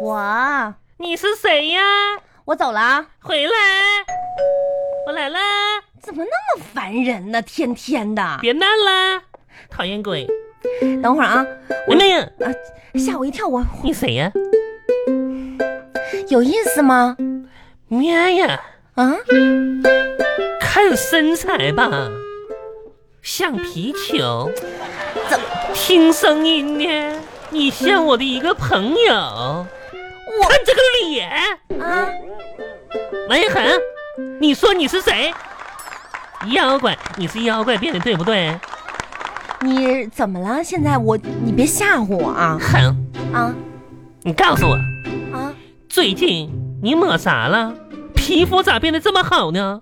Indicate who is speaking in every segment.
Speaker 1: 我，
Speaker 2: 你是谁呀？
Speaker 1: 我走了啊，
Speaker 2: 回来，我来啦！
Speaker 1: 怎么那么烦人呢？天天的，
Speaker 2: 别闹啦，讨厌鬼！
Speaker 1: 等会儿啊，呃
Speaker 2: 文明，
Speaker 1: 吓我一跳，我
Speaker 2: 你谁呀？
Speaker 1: 有意思吗？
Speaker 2: 妈呀，
Speaker 1: 啊，
Speaker 2: 看身材吧，像皮球。
Speaker 1: 怎么
Speaker 2: 听声音呢？你像我的一个朋友。
Speaker 1: 我
Speaker 2: 看这个脸，
Speaker 1: 啊，
Speaker 2: 王一恒，你说你是谁？妖怪，你是妖怪变的，对不对？
Speaker 1: 你怎么了？现在我，你别吓唬我啊
Speaker 2: 哼，
Speaker 1: 啊
Speaker 2: 你告诉我，
Speaker 1: 啊！
Speaker 2: 最近你抹啥了？皮肤咋变得这么好呢？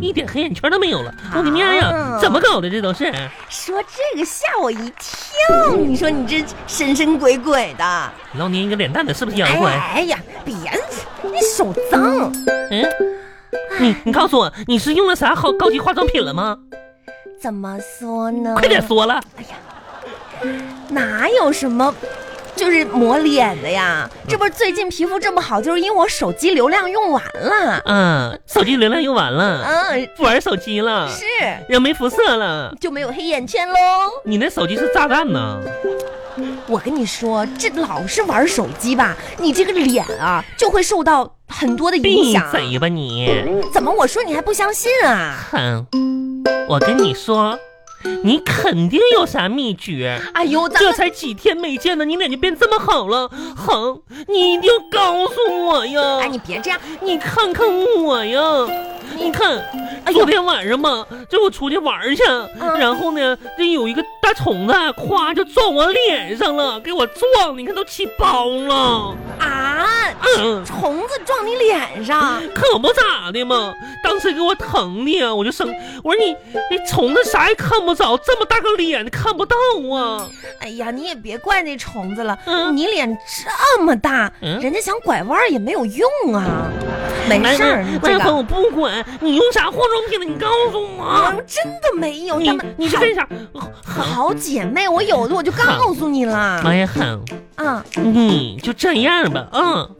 Speaker 2: 一点黑眼圈都没有了！我的妈呀，
Speaker 1: 啊
Speaker 2: 怎么搞的？这都是
Speaker 1: 说这个吓我一跳，你说你这神神鬼鬼的，
Speaker 2: 老你一个脸蛋子，是不是妖怪？
Speaker 1: 哎呀，别，你手脏，
Speaker 2: 嗯，你你告诉我，你是用了啥好高级化妆品了吗？
Speaker 1: 怎么说呢？
Speaker 2: 快点说了。
Speaker 1: 哪有什么，就是抹脸的呀？
Speaker 2: 嗯
Speaker 1: 这不是最近皮肤这么好，就是因为我手机流量用完了。
Speaker 2: 嗯，手机流量用完了，
Speaker 1: 嗯，
Speaker 2: 不玩手机了，
Speaker 1: 是
Speaker 2: 人没辐射了。
Speaker 1: 就没有黑眼圈喽。
Speaker 2: 你那手机是炸弹呢？
Speaker 1: 我跟你说，这老是玩手机吧，你这个脸啊就会受到很多的影
Speaker 2: 闭
Speaker 1: 响。
Speaker 2: 嘴吧你！
Speaker 1: 怎么我说你还不相信啊？
Speaker 2: 哼，我跟你说，你肯定有啥秘诀。
Speaker 1: 哎呦，咱
Speaker 2: 这
Speaker 1: 们
Speaker 2: 才几天没见呢，你脸就变这么好了，哼，你一定要告诉我呀！
Speaker 1: 哎，你别这样，
Speaker 2: 你看看我呀！你看，哎，嗯昨天晚上嘛，就我出去玩儿去，然后呢，这有一个大虫子，咵就撞我脸上了，给我撞的，你看都起包了。
Speaker 1: 啊，
Speaker 2: 嗯，
Speaker 1: 虫子撞你脸上，
Speaker 2: 可不咋的嘛，当时给我疼的呀，我就生，我说你，你虫子啥也看不着，这么大个脸看不到啊。
Speaker 1: 哎呀，你也别怪那虫子了，
Speaker 2: 嗯
Speaker 1: 你脸这么大，
Speaker 2: 嗯
Speaker 1: 人家想拐弯儿也没有用啊。没事儿，你
Speaker 2: 那
Speaker 1: 这
Speaker 2: 会我
Speaker 1: 个
Speaker 2: 不管你用啥化妆品了，你告诉
Speaker 1: 我
Speaker 2: 我，
Speaker 1: 们啊真的没有，
Speaker 2: 你
Speaker 1: 咱们
Speaker 2: 你这跟啥？好，
Speaker 1: 好姐妹，我有的我就告诉你了
Speaker 2: 哎呀，哼。
Speaker 1: 啊。
Speaker 2: 你就这样吧，嗯，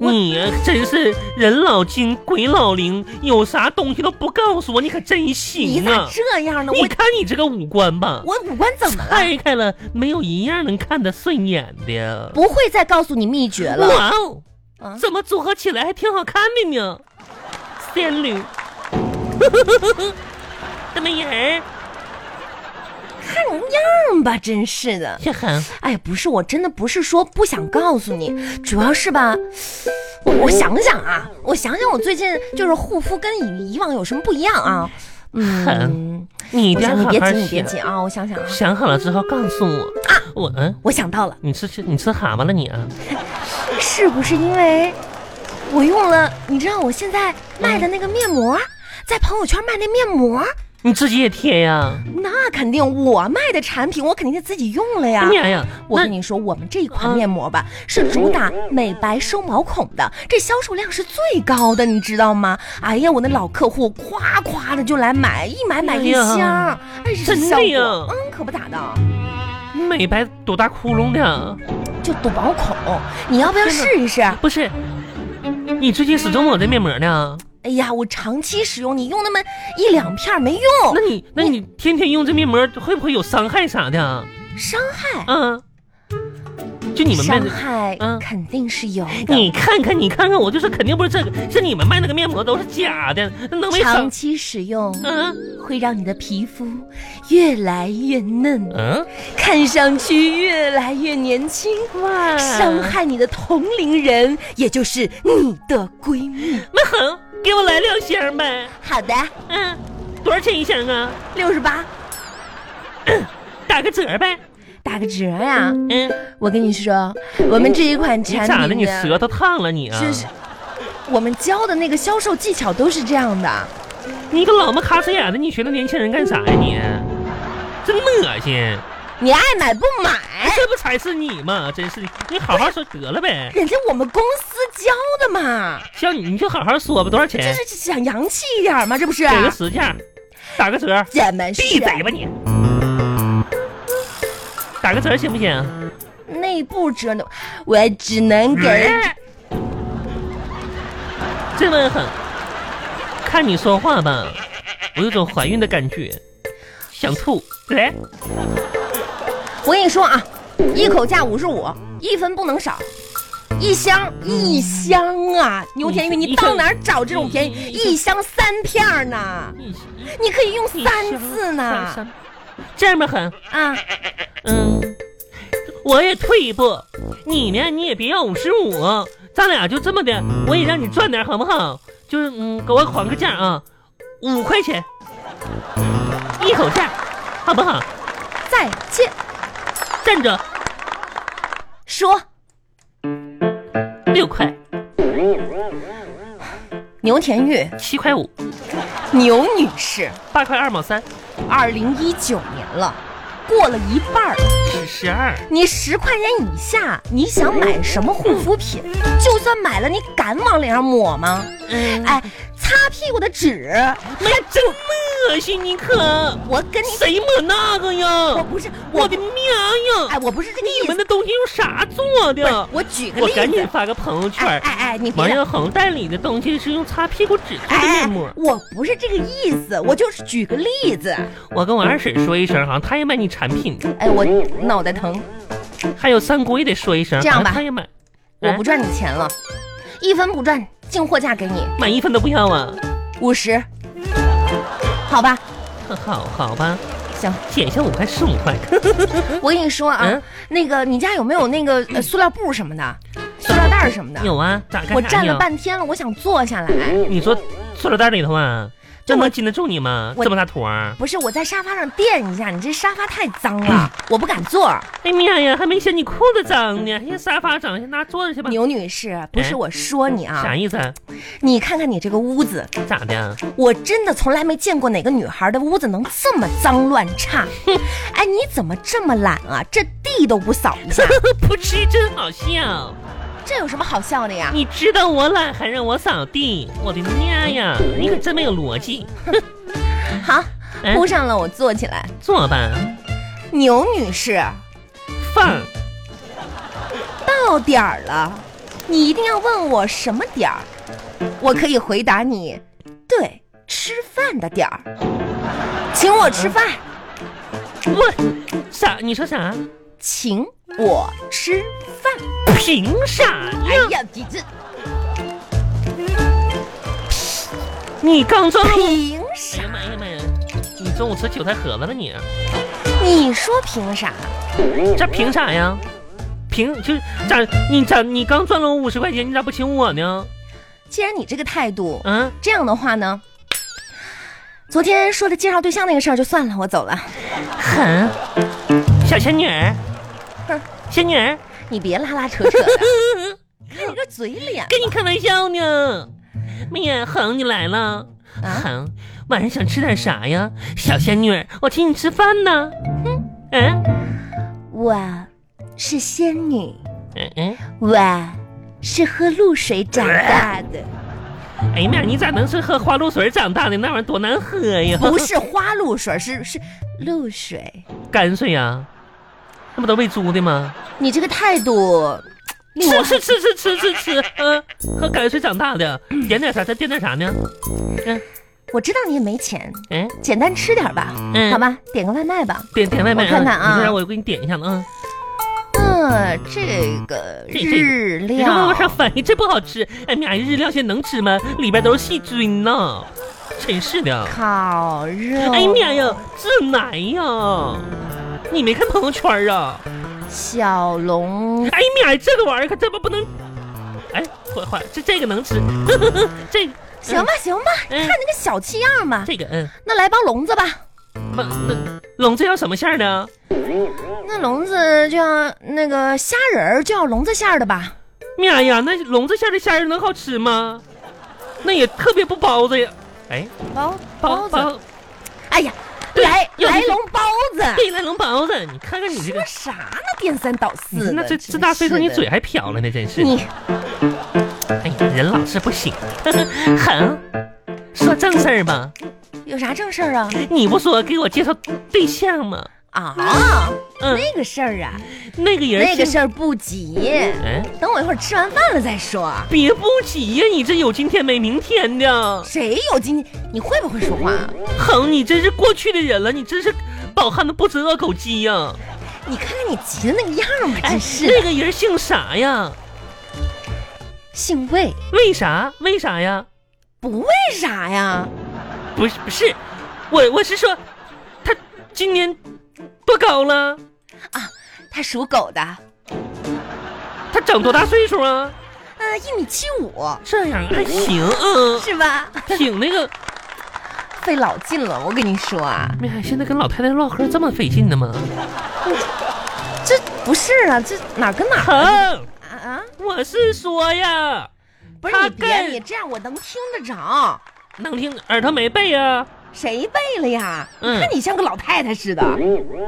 Speaker 1: 我
Speaker 2: 你呀真是人老精鬼老灵，有啥东西都不告诉我，你可真
Speaker 1: 你
Speaker 2: 行
Speaker 1: 咋
Speaker 2: 啊！
Speaker 1: 这样呢？
Speaker 2: 你
Speaker 1: 我
Speaker 2: 看哎你这个五官吧，
Speaker 1: 我五官怎么了？
Speaker 2: 拆开了没有一样能看得顺眼的。
Speaker 1: 不会再告诉你秘诀了。
Speaker 2: 哇哦，
Speaker 1: 啊
Speaker 2: 怎么组合起来还挺好看的呢？仙女， 这么人儿，
Speaker 1: 看你样吧，真是的。
Speaker 2: 小恒，
Speaker 1: 哎，不是，我真的不是说不想告诉你，主要是吧，我我想想啊，我想想我最近就是护肤跟以以往有什么不一样啊？嗯，
Speaker 2: 你一
Speaker 1: 我
Speaker 2: 定要
Speaker 1: 想你
Speaker 2: 好
Speaker 1: 别
Speaker 2: 好
Speaker 1: 急，你别
Speaker 2: 想，
Speaker 1: 急啊啊，我想想啊，
Speaker 2: 想好了之后告诉我，我嗯。
Speaker 1: 我想到了，
Speaker 2: 你吃吃你吃蛤蟆了你啊？
Speaker 1: 是不是因为我用了？你知道我现在卖的那个面膜，啊在朋友圈卖那面膜，
Speaker 2: 你自己也贴呀？
Speaker 1: 那肯定我卖的产品，我肯定自己用了呀
Speaker 2: 哎。呀呀，
Speaker 1: 我
Speaker 2: 那嗯
Speaker 1: 跟你说，我们这一款面膜吧，是主打美白收毛孔的，这销售量是最高的，你知道吗？哎呀，我那老客户夸夸的就来买，一买买一
Speaker 2: 哎
Speaker 1: 箱
Speaker 2: 呀，
Speaker 1: 哎，是
Speaker 2: 真的
Speaker 1: 效果
Speaker 2: 呀
Speaker 1: 嗯，可不咋的，
Speaker 2: 美白多大窟窿的？
Speaker 1: 就堵毛孔，你要不要试一试？啊
Speaker 2: 不是，你最近始终抹这面膜呢？
Speaker 1: 哎呀，我长期使用，你用那么一两片没用
Speaker 2: 那，你那你天天用这面膜会不会有伤害啥的？
Speaker 1: 伤害。
Speaker 2: 嗯，就你们卖
Speaker 1: 伤
Speaker 2: 的，
Speaker 1: 害
Speaker 2: 嗯
Speaker 1: 肯定是有的，
Speaker 2: 你看看你看看，我就说肯定不是这个，是你们卖那个面膜都是假的，那能没
Speaker 1: 长
Speaker 2: 伤？
Speaker 1: 期使用
Speaker 2: 嗯
Speaker 1: 会让你的皮肤越来越嫩。
Speaker 2: 嗯，
Speaker 1: 看上去越来越年轻，
Speaker 2: 哇
Speaker 1: 伤害你的同龄人，也就是你的闺蜜。
Speaker 2: 那好，给我来两箱呗。
Speaker 1: 好的，
Speaker 2: 嗯，多少钱一箱啊？
Speaker 1: 六十八，
Speaker 2: 打个折呗。
Speaker 1: 打个折呀、
Speaker 2: 嗯，
Speaker 1: 我跟你说，我们这一款
Speaker 2: 你咋
Speaker 1: 产
Speaker 2: 的？
Speaker 1: 品
Speaker 2: 你
Speaker 1: 呢，
Speaker 2: 舌头烫了你啊？
Speaker 1: 哎是是，我们教的那个销售技巧都是这样的。
Speaker 2: 你一个老么卡死眼的，你学那年轻人干啥呀你？真恶心！
Speaker 1: 你爱买不买，
Speaker 2: 这不才是你吗？真是的，你好好说得了呗。
Speaker 1: 人家我们公司教的嘛，
Speaker 2: 像你，你就好好说吧，多少
Speaker 1: 就
Speaker 2: 钱？
Speaker 1: 是啊想洋气一点嘛，这不是？
Speaker 2: 哎给个实价，打个折。
Speaker 1: 怎么
Speaker 2: 闭
Speaker 1: 是啊
Speaker 2: 嘴吧你！打个折行不行？
Speaker 1: 那内部只能，我只能
Speaker 2: 嗯
Speaker 1: 给。
Speaker 2: 这么狠，看你说话吧，我有种怀孕的感觉，想吐。来，
Speaker 1: 我跟你说啊，一口价五十五，一分不能少。一箱一箱啊，牛田
Speaker 2: 嗯
Speaker 1: 玉，你到哪儿找这种便宜？一箱三片儿呢，你可以用三次呢。
Speaker 2: 这么狠
Speaker 1: 啊？
Speaker 2: 嗯，我也退一步，你呢？你也别要五十五，咱俩就这么的，我也让你赚点好不好？就是嗯，给我还个价啊，五块钱，一口价，好不好？
Speaker 1: 再见。
Speaker 2: 站着，
Speaker 1: 说。
Speaker 2: 六块，
Speaker 1: 牛田玉
Speaker 2: 七块五，
Speaker 1: 牛女士
Speaker 2: 八块二毛三，
Speaker 1: 二零一九年了，过了一半儿，
Speaker 2: 十二。
Speaker 1: 你十块钱以下，你想买什么护肤品？就算买了，你敢往脸上抹吗？哎，擦屁股的纸，
Speaker 2: 妈呀，真恶心！你可，
Speaker 1: 我跟你，
Speaker 2: 谁抹那个呀？
Speaker 1: 我不是，
Speaker 2: 我的妈呀！
Speaker 1: 哎，我不是这个意
Speaker 2: 你们
Speaker 1: 思。
Speaker 2: 的东西用啥做
Speaker 1: 不是
Speaker 2: 的？
Speaker 1: 我举个
Speaker 2: 我
Speaker 1: 例
Speaker 2: 赶紧
Speaker 1: 子，
Speaker 2: 发个朋友
Speaker 1: 哎
Speaker 2: 圈。
Speaker 1: 哎哎，你别
Speaker 2: 王。耀恒代理的东西是用擦屁股纸做的
Speaker 1: 哎，
Speaker 2: 面
Speaker 1: 哎
Speaker 2: 膜。
Speaker 1: 我不是这个意思，我就是举个例子。
Speaker 2: 我跟我二婶说一声，好像她也买你产品。
Speaker 1: 哎，我脑袋疼，
Speaker 2: 还有三姑也得说一声，
Speaker 1: 这样吧
Speaker 2: 好像她也买。
Speaker 1: 我
Speaker 2: 哎
Speaker 1: 不赚你钱了，一分不赚，进货价给你
Speaker 2: 买一分都不要啊！
Speaker 1: 五十，好吧？
Speaker 2: 好好吧，
Speaker 1: 行，
Speaker 2: 减下五块是五 块。
Speaker 1: 我跟你说啊，
Speaker 2: 嗯
Speaker 1: 那个你家有没有那 个、呃、塑料布什么的，塑料袋儿什么的？
Speaker 2: 有啊，咋干啥
Speaker 1: 我站了
Speaker 2: 呀
Speaker 1: 半天了，我想坐下来，
Speaker 2: 你说塑料袋里头啊，这
Speaker 1: 就我
Speaker 2: 能禁得住你吗？
Speaker 1: 我
Speaker 2: 这么大坨儿，
Speaker 1: 不是我在沙发上垫一下，你这沙发太脏了，我不敢坐。
Speaker 2: 哎妈呀，还没嫌你裤子脏呢，嫌沙发脏，先拿桌子去吧。
Speaker 1: 牛女士，不是我说你啊，
Speaker 2: 啥意思？啊？
Speaker 1: 你看看你这个屋子，
Speaker 2: 咋的啊？
Speaker 1: 我真的从来没见过哪个女孩的屋子能这么脏乱 差。哎，你怎么这么懒啊？这地都不扫一下，
Speaker 2: 不吃真好笑。
Speaker 1: 这有什么好笑的呀？
Speaker 2: 你知道我懒还让我扫地，我的妈呀！你可真没有逻辑。
Speaker 1: 好，
Speaker 2: 哎
Speaker 1: 铺上了，我坐起来。
Speaker 2: 坐吧，
Speaker 1: 牛女士，
Speaker 2: 放
Speaker 1: 到点儿了，你一定要问我什么点儿，我可以回答你，对，吃饭的点儿，请我吃饭，
Speaker 2: 我啥？你说啥？
Speaker 1: 请我吃饭。
Speaker 2: 凭啥呀？
Speaker 1: 哎呀，你这
Speaker 2: 你刚中午？
Speaker 1: 凭
Speaker 2: 哎
Speaker 1: 啥？
Speaker 2: 呀妈呀妈呀！你中午吃韭菜盒子了你？
Speaker 1: 你说凭啥？
Speaker 2: 这凭啥呀？凭就是咋？你咋？你刚赚了我五十块钱，你咋不请我呢？
Speaker 1: 既然你这个态度，
Speaker 2: 啊？
Speaker 1: 这样的话呢，昨天说的介绍对象那个事儿就算了，我走了。
Speaker 2: 狠！小仙女儿
Speaker 1: 哼，
Speaker 2: 仙女儿，
Speaker 1: 你别拉拉扯扯的，看你这嘴脸
Speaker 2: 跟你开玩笑呢。妹呀，恒你来了。
Speaker 1: 啊！
Speaker 2: 恒，晚上想吃点啥呀？小仙女儿，我请你吃饭呢。嗯，
Speaker 1: 我是仙女，
Speaker 2: 嗯嗯
Speaker 1: 我是喝露水长大 的，
Speaker 2: 嗯，哎呀妈呀，你咋能是喝花露水长大的？那玩意儿多难喝呀！
Speaker 1: 不是花露水，是是露水。
Speaker 2: 泔水呀，那不都喂猪的吗？
Speaker 1: 你这个态度，令我
Speaker 2: 吃吃吃吃吃吃吃，嗯，喝泔水长大的，点点啥？再点点啥呢？
Speaker 1: 我知道你也没钱，
Speaker 2: 嗯
Speaker 1: 简单吃点吧，
Speaker 2: 嗯，
Speaker 1: 好，吧，点个外卖吧。
Speaker 2: 点点外卖，嗯
Speaker 1: 我看看啊
Speaker 2: 你先让我给你点一下子啊。
Speaker 1: 嗯，这个
Speaker 2: 这这
Speaker 1: 日
Speaker 2: 你看我往上
Speaker 1: 料，
Speaker 2: 反应，这不好吃。哎妈呀，日料现在能吃吗？里边都是细菌呢，真是的。
Speaker 1: 烤肉，
Speaker 2: 哎妈呀，这难呀！你没看朋友圈啊？
Speaker 1: 小龙
Speaker 2: 哎妈呀，这个玩意儿可这不不能。哎，坏坏，这这个能吃， 这个
Speaker 1: 行吧，行吧，
Speaker 2: 嗯
Speaker 1: 看那个小气样儿吧。
Speaker 2: 这个嗯，
Speaker 1: 那来包笼子吧，
Speaker 2: 不那笼子要什么馅儿的？
Speaker 1: 那笼子就要那个虾仁儿，就要笼子馅儿的吧。
Speaker 2: 妈呀，那笼子馅儿的虾仁能好吃吗？那也特别不包子呀。哎，
Speaker 1: 包
Speaker 2: 包
Speaker 1: 子，
Speaker 2: 包，
Speaker 1: 哎呀，
Speaker 2: 对
Speaker 1: 来
Speaker 2: 要
Speaker 1: 来
Speaker 2: 是
Speaker 1: 笼包子，
Speaker 2: 对，来笼包子，你看看你这
Speaker 1: 说
Speaker 2: 个，
Speaker 1: 啥呢？颠三倒
Speaker 2: 你
Speaker 1: 四
Speaker 2: 这
Speaker 1: 的，
Speaker 2: 那这这
Speaker 1: 真
Speaker 2: 大岁数
Speaker 1: 是
Speaker 2: 你
Speaker 1: 的
Speaker 2: 嘴还瓢了呢，真是。
Speaker 1: 你
Speaker 2: 哎呀，人老是不行，狠。说正事儿吧，
Speaker 1: 有啥正事儿啊？
Speaker 2: 你不说给我介绍对象吗？
Speaker 1: 啊，
Speaker 2: 嗯，
Speaker 1: 那个事儿啊，
Speaker 2: 那个人
Speaker 1: 那个
Speaker 2: 是
Speaker 1: 事儿不急，
Speaker 2: 哎，
Speaker 1: 等我一会儿吃完饭了再说。
Speaker 2: 别不急呀，你这有今天没明天的。
Speaker 1: 谁有今天？你会不会说话？
Speaker 2: 哼，你真是过去的人了，你真是饱汉子不知饿狗饥呀。
Speaker 1: 你看看你急的那个样儿嘛，
Speaker 2: 哎
Speaker 1: 真是
Speaker 2: 那
Speaker 1: 的。
Speaker 2: 个人姓啥呀？
Speaker 1: 姓魏，
Speaker 2: 为啥？为啥呀？
Speaker 1: 不为啥呀？
Speaker 2: 不是不是，我我是说，他今年多高了？
Speaker 1: 他属狗的，
Speaker 2: 他整多大岁数啊？
Speaker 1: 呃，一米七五，
Speaker 2: 这样还行，嗯，
Speaker 1: 是吧？
Speaker 2: 挺那个。
Speaker 1: 费老劲了，我跟你说啊，
Speaker 2: 哎呀，现在跟老太太唠嗑这么费劲的吗？
Speaker 1: 这不是啊，这哪儿跟哪儿
Speaker 2: 哼，
Speaker 1: 啊啊？
Speaker 2: 我是说呀，
Speaker 1: 不是
Speaker 2: 他
Speaker 1: 你别
Speaker 2: 跟
Speaker 1: 你这样，我能听得着。
Speaker 2: 能听耳朵没背呀？
Speaker 1: 谁背了呀？
Speaker 2: 嗯
Speaker 1: 你看你像个老太太似的。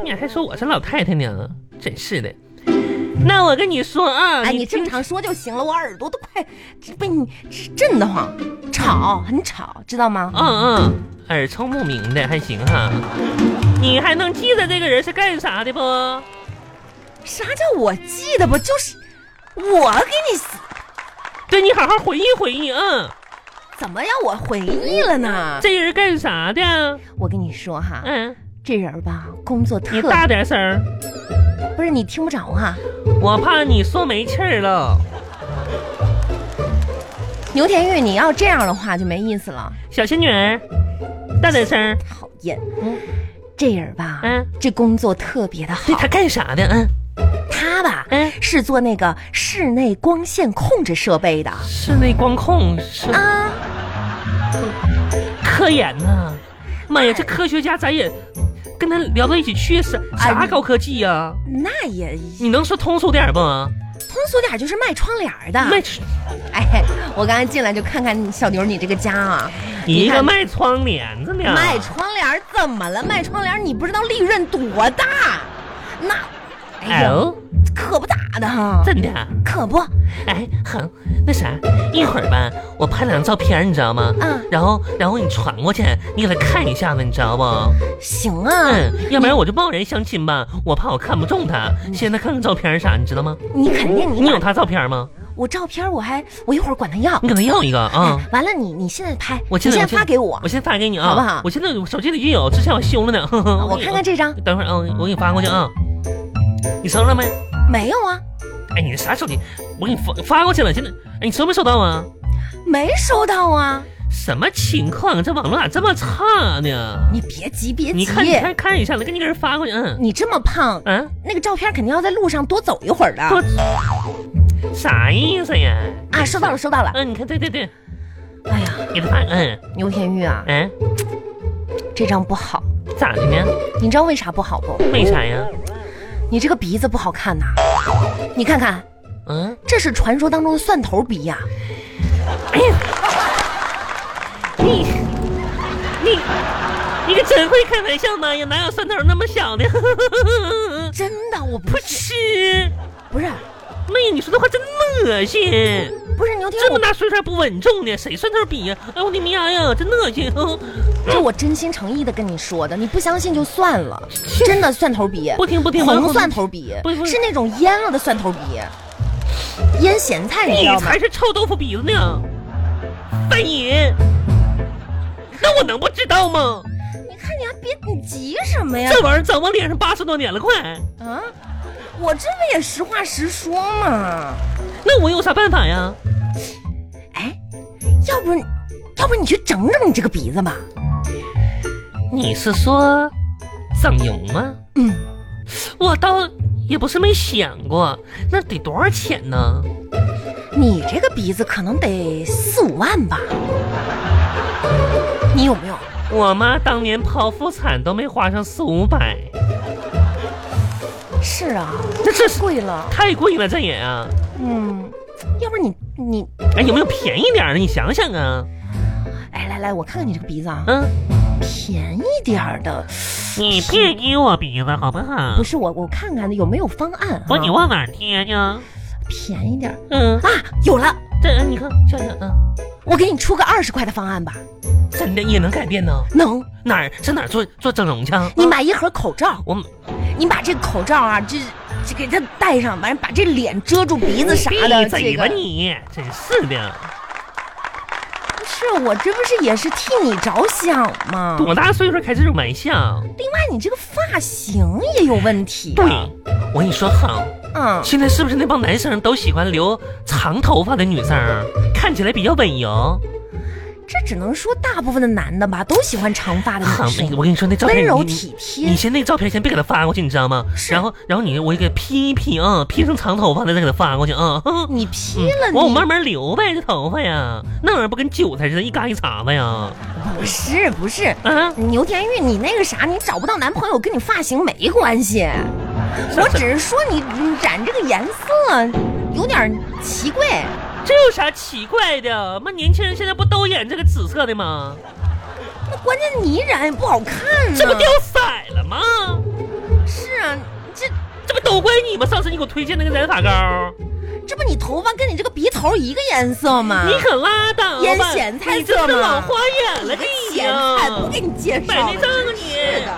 Speaker 2: 你还说我是老太太呢？真是的。那我跟你说啊，
Speaker 1: 哎，你
Speaker 2: 听
Speaker 1: 正常说就行了，我耳朵都快被你震得慌，吵，很吵，知道吗？
Speaker 2: 嗯嗯，耳聪目明的还行哈。你还能记得这个人是干啥的不？
Speaker 1: 啥叫我记得不？就是我给你
Speaker 2: 对你好好回忆回忆，嗯，
Speaker 1: 怎么让我回忆了呢？
Speaker 2: 这人干啥的？
Speaker 1: 我跟你说哈，
Speaker 2: 嗯，
Speaker 1: 这人吧，工作
Speaker 2: 你
Speaker 1: 特
Speaker 2: 大点声儿，
Speaker 1: 不是你听不着啊。
Speaker 2: 我怕你说没气儿了。
Speaker 1: 牛田玉，你要这样的话就没意思了，
Speaker 2: 小仙女儿，大点声儿，
Speaker 1: 讨厌。
Speaker 2: 嗯
Speaker 1: 这人吧，
Speaker 2: 嗯
Speaker 1: 这工作特别的
Speaker 2: 对
Speaker 1: 好
Speaker 2: 他，干啥的？嗯，
Speaker 1: 他吧，
Speaker 2: 嗯
Speaker 1: 是做那个室内光线控制设备的
Speaker 2: 室内光控是
Speaker 1: 啊。
Speaker 2: 科研呐、妈呀，这科学家咱也跟他聊到一起去，啥啥高科技呀、
Speaker 1: 那也
Speaker 2: 你能说通俗点儿不？
Speaker 1: 通俗点儿就是卖窗帘儿的。
Speaker 2: 卖
Speaker 1: 哎，我刚才进来就看看你小牛你这个家啊，
Speaker 2: 你一
Speaker 1: 你
Speaker 2: 个
Speaker 1: 看
Speaker 2: 卖窗帘子的，
Speaker 1: 卖窗帘儿怎么了？卖窗帘儿你不知道利润多大？那，哎
Speaker 2: 哎
Speaker 1: 呦，
Speaker 2: 呦，
Speaker 1: 可不咋的哈，
Speaker 2: 真的啊。
Speaker 1: 可不，
Speaker 2: 哎，哼，那啥，一会儿吧，我拍两张照片，你知道吗？
Speaker 1: 嗯
Speaker 2: 然后，然后你传过去，你给他看一下子，你知道不？
Speaker 1: 行啊。
Speaker 2: 嗯，要不然我就贸然相亲吧，我怕我看不中他。先他看看照片啥，你知道吗？
Speaker 1: 你肯定你
Speaker 2: 你有
Speaker 1: 把
Speaker 2: 他照片吗？
Speaker 1: 我照片，我还我一会儿管他要。
Speaker 2: 你给他要一个 啊。
Speaker 1: 哎完了你你现在拍，
Speaker 2: 我
Speaker 1: 你
Speaker 2: 现在
Speaker 1: 现在发给我
Speaker 2: 我，先发给你啊，
Speaker 1: 好不好
Speaker 2: 我现在手机里就有，之前我修了呢。呵呵
Speaker 1: 我看看，这张
Speaker 2: 给你等会儿啊，我给你发过去啊。你收着没？
Speaker 1: 没有啊，
Speaker 2: 哎，你啥手机？我给你发发过去了，现在哎，你收没收到啊？
Speaker 1: 没收到啊。
Speaker 2: 什么情况？这网络咋这么差呢？
Speaker 1: 你别急别急
Speaker 2: 你，看，你看看一下，来给你给人发过去。嗯
Speaker 1: 你这么胖，
Speaker 2: 嗯，
Speaker 1: 那个照片肯定要在路上多走一会儿的
Speaker 2: 多啥意思呀？
Speaker 1: 啊。收到了收到了，
Speaker 2: 嗯，你看，对对对，
Speaker 1: 哎呀，
Speaker 2: 给他发。嗯
Speaker 1: 牛田玉啊，
Speaker 2: 嗯，
Speaker 1: 这张不好。
Speaker 2: 咋的呢？
Speaker 1: 你知道为啥不好不？
Speaker 2: 为啥呀？
Speaker 1: 你这个鼻子不好看呐、你看看，
Speaker 2: 嗯，
Speaker 1: 这是传说当中的蒜头鼻呀、
Speaker 2: 哎呀，你你你可真会开玩笑，妈呀，哪有蒜头那么小的？
Speaker 1: 真的，我 不
Speaker 2: 不吃，
Speaker 1: 不是
Speaker 2: 妈呀，你说这话真恶心。
Speaker 1: 不是牛天
Speaker 2: 这么
Speaker 1: 我
Speaker 2: 大岁数还不稳重呢，谁蒜头比呀？哎呦我的妈呀，真恶心！
Speaker 1: 这我真心诚意的跟你说的，你不相信就算了，真的蒜头鼻，
Speaker 2: 不听不听，
Speaker 1: 红蒜头鼻
Speaker 2: 不不，
Speaker 1: 是那种腌了的蒜头鼻，腌咸菜你知
Speaker 2: 你
Speaker 1: 道吗
Speaker 2: 才？是臭豆腐鼻子呢，犯人！那我能不知道吗？
Speaker 1: 你看你还别你急什么呀
Speaker 2: 这？玩意儿长我脸上八十多年了，快！
Speaker 1: 啊，我这不也实话实说嘛？
Speaker 2: 那我有啥办法呀？
Speaker 1: 哎，要不要不你去整整你这个鼻子吧？
Speaker 2: 你是说整容吗？
Speaker 1: 嗯，
Speaker 2: 我倒也不是没想过，那得多少钱呢？
Speaker 1: 你这个鼻子可能得四五万吧？你有没有？
Speaker 2: 我妈当年剖腹产都没花上四五百，
Speaker 1: 是啊，
Speaker 2: 这这是
Speaker 1: 贵了。
Speaker 2: 太贵了，这也啊！
Speaker 1: 嗯，要不然你你，
Speaker 2: 哎，有没有便宜点儿的？你想想啊，
Speaker 1: 哎，来来，我看看你这个鼻子啊，
Speaker 2: 嗯，
Speaker 1: 便宜点儿的，
Speaker 2: 你别捏我鼻子好不好
Speaker 1: 不？是我我看看有没有方案
Speaker 2: 不，你
Speaker 1: 啊？
Speaker 2: 往哪儿贴呢？
Speaker 1: 便宜点儿
Speaker 2: 嗯，
Speaker 1: 啊，有了，
Speaker 2: 这哎你看，笑笑，嗯，
Speaker 1: 我给你出个二十块的方案吧，
Speaker 2: 真的也能改变呢？
Speaker 1: 能，
Speaker 2: 哪儿上哪儿做做整容去啊？
Speaker 1: 你买一盒口罩，
Speaker 2: 我
Speaker 1: 你把这个口罩啊，这这给它戴上，完了把这脸遮住鼻子啥的。
Speaker 2: 闭
Speaker 1: 这
Speaker 2: 嘴
Speaker 1: 个
Speaker 2: 吧你，真是的，
Speaker 1: 不是我，这不是也是替你着想吗？
Speaker 2: 多大岁数开这种玩笑？
Speaker 1: 另外，你这个发型也有问题、啊
Speaker 2: 对，啊我跟你说好，
Speaker 1: 嗯，
Speaker 2: 现在是不是那帮男生都喜欢留长头发的女生，看起来比较稳油？
Speaker 1: 这只能说大部分的男的吧，都喜欢长发的
Speaker 2: 好
Speaker 1: 女，生，
Speaker 2: 我跟你说那照片
Speaker 1: 哎温柔
Speaker 2: 你你
Speaker 1: 体贴
Speaker 2: 你先那照片先别给他发过去，你知道吗？
Speaker 1: 是
Speaker 2: 然后然后你我给 P 一 P 啊，P 成长头发的再给他发过去啊。
Speaker 1: 你劈了你，
Speaker 2: 嗯我我慢慢留呗，这头发呀，那玩意儿不跟韭菜似的，一嘎一茬子呀？
Speaker 1: 不是不是，
Speaker 2: 啊，
Speaker 1: 牛田玉，你那个啥，你找不到男朋友跟你发型没关系，我只是说你你染这个颜色有点奇怪。
Speaker 2: 这有啥奇怪的？妈，年轻人现在不都演这个紫色的吗？
Speaker 1: 那关键你染也不好看呢。
Speaker 2: 这不掉色了吗？
Speaker 1: 是啊，这
Speaker 2: 这不都怪你吗？上次你给我推荐那个染发膏，
Speaker 1: 这不你头发跟你这个鼻头一个颜色吗？
Speaker 2: 你可拉倒吧，
Speaker 1: 腌咸菜
Speaker 2: 你真
Speaker 1: 色
Speaker 2: 是
Speaker 1: 吗
Speaker 2: 老花眼了
Speaker 1: 你个
Speaker 2: 你
Speaker 1: 咸
Speaker 2: 呀、
Speaker 1: 菜不给你介绍
Speaker 2: 买
Speaker 1: 了，
Speaker 2: 那账啊
Speaker 1: 真是
Speaker 2: 你
Speaker 1: 的。